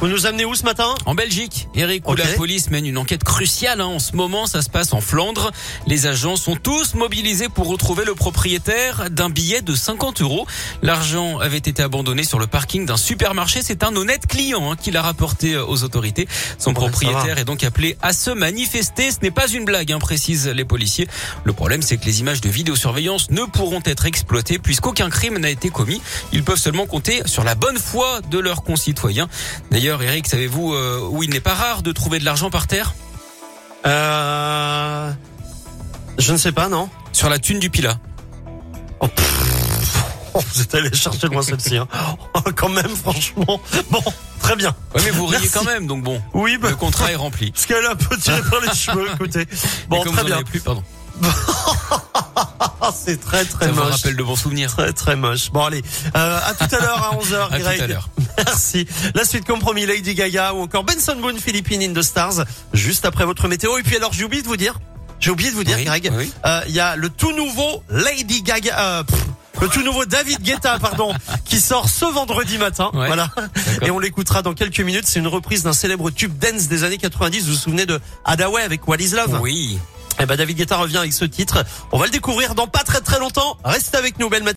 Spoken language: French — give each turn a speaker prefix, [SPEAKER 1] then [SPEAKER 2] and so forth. [SPEAKER 1] Vous nous amenez où ce matin
[SPEAKER 2] En Belgique, Eric, où
[SPEAKER 1] Ok.
[SPEAKER 2] la police mène une enquête cruciale. hein. En ce moment, ça se passe en Flandre. Les agents sont tous mobilisés pour retrouver le propriétaire d'un billet de 50 euros. L'argent avait été abandonné sur le parking d'un supermarché. C'est un honnête client hein, qui l'a rapporté euh, aux autorités. Son
[SPEAKER 1] bah, ça
[SPEAKER 2] propriétaire est donc appelé à se manifester. Ce n'est pas une blague, hein, précisent les policiers. Le problème, c'est que les images de vidéosurveillance ne pourront être exploitées puisqu'aucun crime n'a été commis. Ils peuvent seulement compter sur la bonne foi de leurs concitoyens. D'ailleurs, Eric, savez-vous euh, où il n'est pas rare de trouver de l'argent par terre
[SPEAKER 1] Euh... Je ne sais pas, non
[SPEAKER 2] Sur la thune du Pilat.
[SPEAKER 1] Oh, pff. Oh, Vous êtes allé chercher loin celle-ci. hein. Oh, quand même, franchement. Bon, très bien.
[SPEAKER 2] Ouais, mais vous riez
[SPEAKER 1] Merci.
[SPEAKER 2] quand même, donc bon,
[SPEAKER 1] Oui, bah,
[SPEAKER 2] le contrat est rempli.
[SPEAKER 1] parce qu'elle a un peu tiré par les cheveux, écoutez. Bon,
[SPEAKER 2] Et comme
[SPEAKER 1] très
[SPEAKER 2] vous en
[SPEAKER 1] bien.
[SPEAKER 2] avez plus, pardon.
[SPEAKER 1] Ah, c'est très, très
[SPEAKER 2] Ça me
[SPEAKER 1] moche.
[SPEAKER 2] rappelle de bons souvenirs.
[SPEAKER 1] Très, très moche. Bon, allez. Euh, à tout à l'heure, à 11h,
[SPEAKER 2] À tout
[SPEAKER 1] Greg.
[SPEAKER 2] à l'heure.
[SPEAKER 1] Merci. La suite compromis, Lady Gaga ou encore Benson Boone, Philippine in the Stars, juste après votre météo. Et puis alors, j'ai oublié de vous dire, j'ai oublié de vous dire,
[SPEAKER 2] Oui,
[SPEAKER 1] Greg, euh, il
[SPEAKER 2] oui.
[SPEAKER 1] y a le tout nouveau Lady Gaga, euh, pff, le tout nouveau David Guetta, pardon, qui sort ce vendredi matin.
[SPEAKER 2] Ouais.
[SPEAKER 1] Voilà. Et on l'écoutera dans quelques minutes. C'est une reprise d'un célèbre tube dance des années 90. Vous vous souvenez de Hadaway avec What Is Love? Eh
[SPEAKER 2] Oui.
[SPEAKER 1] Et ben, David Guetta revient avec ce titre. On va le découvrir dans pas très très longtemps. Restez avec nous, belle matinée.